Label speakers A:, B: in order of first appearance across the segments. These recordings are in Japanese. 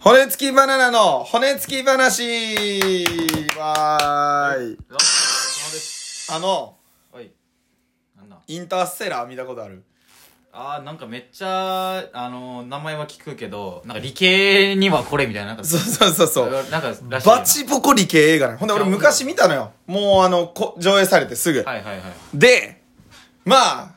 A: 骨付きバナナの骨付き話わーい。
B: どうもお疲れ様です
A: あの、
B: はいなんだ
A: インターステラー見たことある
B: あーなんかめっちゃあの名前は聞くけどなんか理系にはこれみたいななんか
A: そうそうそうそう。
B: なんからしい な
A: バチボコ理系映画ね。ほんで俺昔見たのよ。もうあの、こ上映されてすぐ。
B: はいはいはい
A: で、まあ、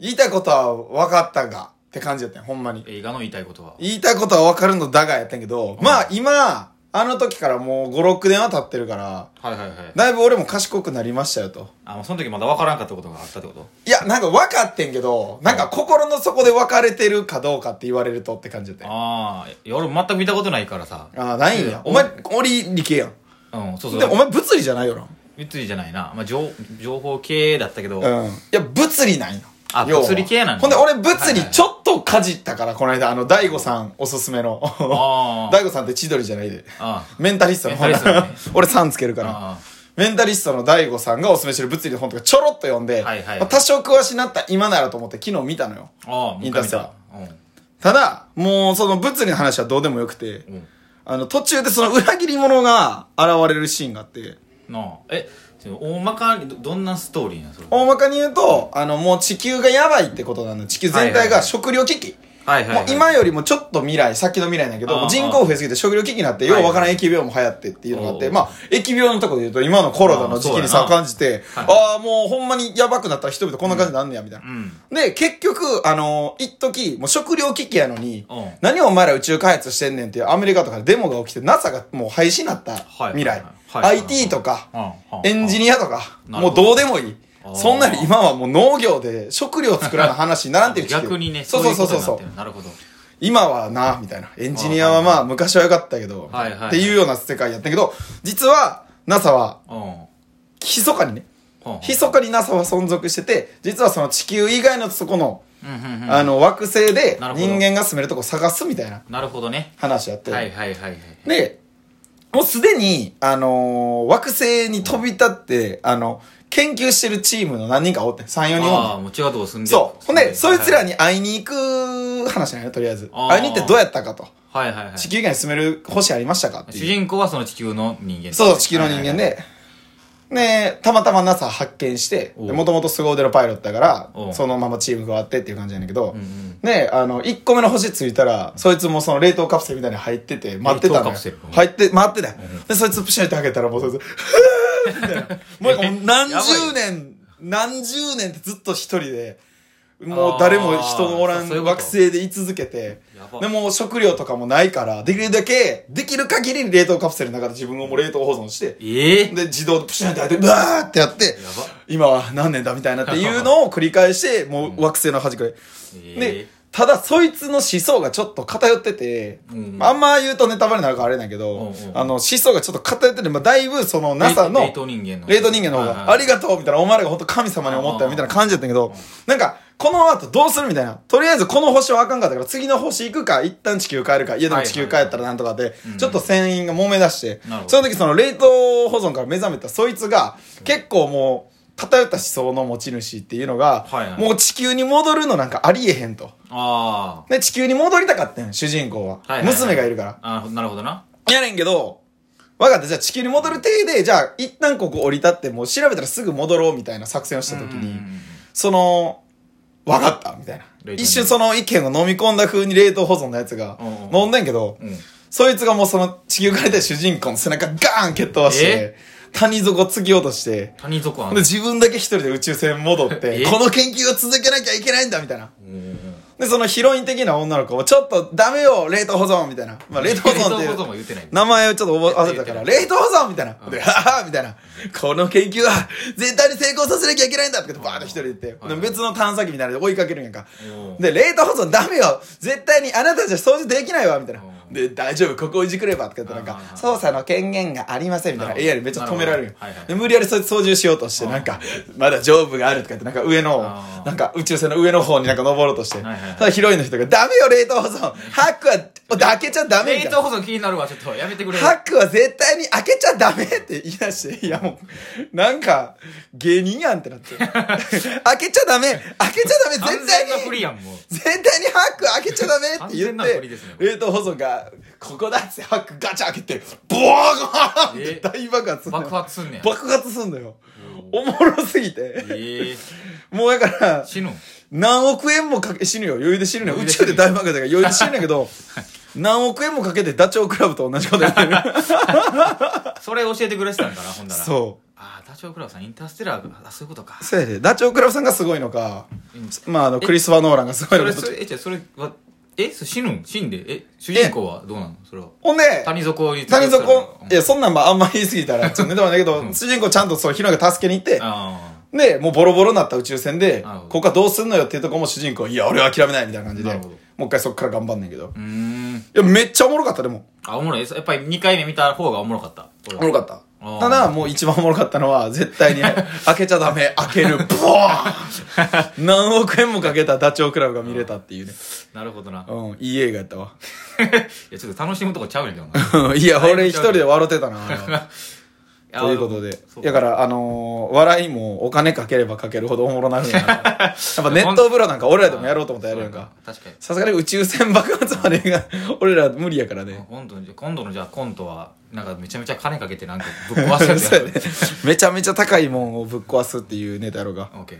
A: 言いたいことは分かったが、って感じやったんよほんまに。
B: 映画の言いたいことは
A: 言いたいことは分かるのだがやったんやけど、まあ今、あの時からもう5、6年は経ってるから、
B: はいはいはい
A: だいぶ俺も賢くなりましたよと。
B: あもうその時まだ分からんかったことがあったってこと
A: いや、なんか分かってんけど、なんか心の底で分かれてるかどうかって言われるとって感じだったよ
B: ああいや俺全く見たことないからさ
A: ああ、ないんや。お前、俺理系やん。
B: うんそうそう
A: で、お前物理じゃないよな。
B: 物理じゃないな、まあ、情情報系だったけ
A: う
B: ど、
A: ん。いや、物理なんや。
B: あ
A: 要は
B: 物理系なんだ
A: ほんで、俺物
B: はい
A: 理
B: はい
A: ちょっとかじったから、この間、あの、大悟さんおすすめの。
B: あ ー
A: 大悟さんって千鳥じゃないで。
B: あー
A: メンタリストの
B: メンタリストのね
A: 俺3つけるから。
B: あ
A: メンタリストの大悟さんがおすすめしてる物理の本とかちょろっと読んで、
B: はいはいはい
A: まあ多少詳しなった今ならと思って昨日見たのよ。
B: ーあー
A: イン
B: もう一
A: ター
B: 回
A: ステ
B: 見た
A: ラ
B: うん
A: ただ、もうその物理の話はどうでもよくて、
B: うん
A: あの途中でその裏切り者が現れるシーンがあって、
B: なあえちょ大まかにどどんなストーリーなんそれ
A: 大まかに言うと、あのもう地球がやばいってことなの。地球全
B: はいは
A: 体
B: いは
A: が
B: い
A: 食糧危機。
B: はいはい、はい、
A: もう今よりもちょっと未来、先の未来なんやけど、
B: あー
A: もう人口増えすぎて食糧危機になって、ようわからん疫病も流行ってっていうのがあって、
B: おー
A: まあ、疫病のとこで言うと、今のコロナの時期に
B: あ
A: さ、
B: ーそうや
A: 感じて、
B: はい
A: ああ、もうほんまにやばくなったら人々こんな感じになんねや、みたいな。
B: うん
A: で、結局、あのー一時もう食糧危機やのに
B: うん、
A: 何お前ら宇宙開発してんねんっていうアメリカとかでデモが起きて、NASA がもう廃止になった
B: はい
A: 未来
B: はいはいはい
A: IT と
B: うん
A: か
B: うん、
A: エンジニアとか、
B: なる
A: も
B: ほ
A: う
B: ど
A: どうでもいい
B: あ。ー
A: そんなに今はもう農業で食料作らな話にならんっていう地球
B: 逆にね
A: そうそうそうそう
B: そ
A: そう
B: いうことになってるなるほど
A: 今はな、みたいな。エンジニアはまあ昔は良かったけど、
B: はいはい
A: っていうような世界やったけど、実は NASA は、
B: うん
A: 密かにね、
B: ほんほん
A: 密かに NASA は存続してて、実はその地球以外のそこの、
B: うんうんうん
A: あの惑星で
B: なるほど
A: 人間が住めるとこ探すみたいな
B: なるほどね
A: 話やって、
B: はいはいはいはい
A: でもうすでに、あのー惑星に飛び立って、あの研究してるチームの何人かおって34人おん
B: あ
A: ね
B: あもう違うとこ住ん
A: ん
B: で
A: そうほんでそいつら
B: に
A: に会いに行く話なんよとりあえず
B: あー
A: 会いに行ってどうやったかと
B: はいはいはい
A: 地球以外に住める星ありましたかって
B: 主
A: いう
B: 人公はその地球の人間
A: そうそう地球の人間
B: ね
A: で、ねたまたま NASA 発見して
B: おう
A: もともと凄腕のパイロットだか
B: お
A: ら
B: う
A: そのままチーム加わってっていう感じなんだけど、
B: うんうん
A: ねあの、1個目の星ついたら、そいつもその冷凍カプセルみたいに入ってて、待ってたの
B: 冷凍カ
A: よ
B: プセルうん。
A: 入って、待ってたよ。で、そいつプシュンって開けたら、もうそいつ、 ふーみたいな。もう何十年、何十年ってずっと一人で、もう誰も人のおら
B: あー
A: ん
B: そういうこと
A: 惑星で居続けて
B: や、ば
A: でも食料とかもないから、できるだけ、できる限り冷凍カプセルの中で自分をもう冷凍保存して、
B: ええ
A: で、自動でプシュンって開いて、ブワーってやって、今は何年だみたいなっていうのを繰り返して、もう惑星の端くらい。
B: え
A: で、ただそいつの思想がちょっと偏ってて、
B: うん
A: まああんま言うとネタバレになるからあれなんやけど、
B: うんうん
A: あの思想がちょっと偏ってて、まあ、だいぶその
B: え
A: NASA の
B: 冷凍人間の
A: 冷凍人間の方が、あり
B: が
A: がとうみたいな、お前らが本当神様に思ったよみたいな感じだったんやけど、なんか、この後どうするみたいな。とりあえずこの星はあかんかったから、次の星行くか、一旦地球帰るか、いやでも地球帰ったらなんとかで、ちょっと船員が揉め出して
B: なるほ、ど
A: その時その冷凍保存から目覚めたそいつが、結構もう、偏った思想の持ち主っていうのが、
B: はいはい
A: もう地球に戻るのなんかありえへんと。
B: あ
A: で、地球に戻りたかったんよ主人公は。
B: はいはいはい
A: 娘がいるから。
B: ああーなるほどな
A: やねんけど、分かった、じゃあ地球に戻る体で、じゃあ一旦ここ降り立って、もう調べたらすぐ戻ろうみたいな作戦をした時に、
B: うんうんうん
A: その、分かったみたいな
B: 冷。凍
A: 一瞬その意見を飲み込んだ風に冷凍保存のやつが
B: うんうん
A: 飲んでんけど、
B: うん
A: そいつがもうその地球から出た主人公の背中ガーン蹴っ飛ばして、谷底突き落として、
B: 谷底あん
A: で自分だけ一人で宇宙船戻って、
B: え
A: この研究を続けなきゃいけないんだみたいな。
B: うんうんうん
A: で、そのヒロイン的な女の子も、ちょっとダメよ、冷凍保存みたいな。まあ、冷凍保存ってい
B: 冷
A: う
B: 凍保存も言ってない
A: 名前をちょっと覚え忘れたから、冷凍保存みたいな。で、ははみたいな。この研究は、絶対に成功させなきゃいけないんだって、バーッと一人で言って。
B: は
A: で
B: い
A: 別の探査機みたいなので追いかけるんやんか
B: うん。
A: で、冷凍保存ダメよ絶対にあなたじゃ掃除できないわみたいな。
B: うん
A: で、大丈夫、ここをいじくればって言って、なんか
B: うん、
A: 操作の権限がありませんみたいな。
B: なるほど
A: AI にめっちゃ止められるよ
B: なるほどはいは。い
A: で無理やりそいつ操縦しようとして、なんか、まだ上部があるとか言って、なんか上の
B: あ、ー
A: なんか宇宙船の上の方になんか登ろうとして、
B: はいはいはい
A: ただヒロインの人が、ダメよ冷凍保存ハックは開けちゃダメみ
B: 冷
A: たいな
B: 凍保存気になるわちょっとやめてく れ
A: ハックは絶対に開けちゃダメって言い出して、いやもう、なんか、芸人やんってなっ て。開けちゃダメ開けちゃダメ
B: 完
A: 絶対
B: 全な
A: に
B: フリやんもう
A: 絶対にハック開けちゃダメって言
B: 完全
A: っ
B: な
A: て、
B: 振りですね
A: 冷凍保存がが、ここだっつってハックガチャ開けて、ボワーンって
B: え
A: 大爆発すんのよ 爆
B: 爆発すんねや
A: 発すんのよ。おもろすぎて。
B: ええ
A: もうだから、
B: 死ぬん
A: 何億円もかけ、死ぬよ。余裕で死ぬよ。
B: 余
A: 宇
B: 裕で死ぬ
A: 宙で大爆発だから余裕で死ぬんだけ ど、何億円もかけてダチョウ倶楽部と同じことやって る。
B: それ教えてくれてたん かなほんならう
A: そ
B: ああダチョウ倶楽部さんインターステラーあそういうことか
A: う。そうやで。ダチョウ倶楽部さんがすごいのか、まあ、あの、
B: え
A: クリスファー・ノーランがすごい
B: そ
A: の
B: れ
A: か。
B: それえじゃあそれはえそれ死ぬん死んでえ主人公はどうなのそれは
A: ほんで、
B: 谷底に
A: 谷底
B: う、ん
A: いや、そんなんばあんま言い過ぎた ら、ちょっとネタバレだけど、主人公ちゃんとそう、ヒロが助けに行って、
B: あ
A: で、もうボロボロになった宇宙船で
B: なるほ、ど
A: ここはどうすんのよっていうとこも主人公、いや、俺は諦めないみたいな感じで、
B: なる
A: も
B: ほど
A: う一回そっから頑張んねんけど
B: あう。ーん
A: いや、めっちゃおもろかった、でも。
B: あおもろいやっぱり2回目見た方がおもろかった
A: おもろかった
B: あ。ー
A: ただ、もう一番おもろかったのは、絶対に、開けちゃダメ、開ける、ブワ ーン何億円もかけたダチョウ倶楽部が見れたっていうね。
B: なるほどな
A: うん、いい映画やったわ。
B: いやちょっと楽しむとこちゃうねんけどな
A: いや、俺一人で笑ってたな、あれは
B: や
A: ということで
B: そ。う
A: だから、あのー、笑いもお金かければかけるほどおもろなる んやな。やっぱ熱湯風呂なんか俺らでもやろうと思ったらやるやんか。
B: 確かに
A: さすがに宇宙船爆発までが俺ら無理やからね。
B: 今度の今度のじゃあコントはなんかめちゃめちゃ金かけてなんかぶっ壊すやつ
A: そ
B: や
A: うやね。めちゃめちゃ高いもんをぶっ壊すっていうネタやろうが。
B: オッケー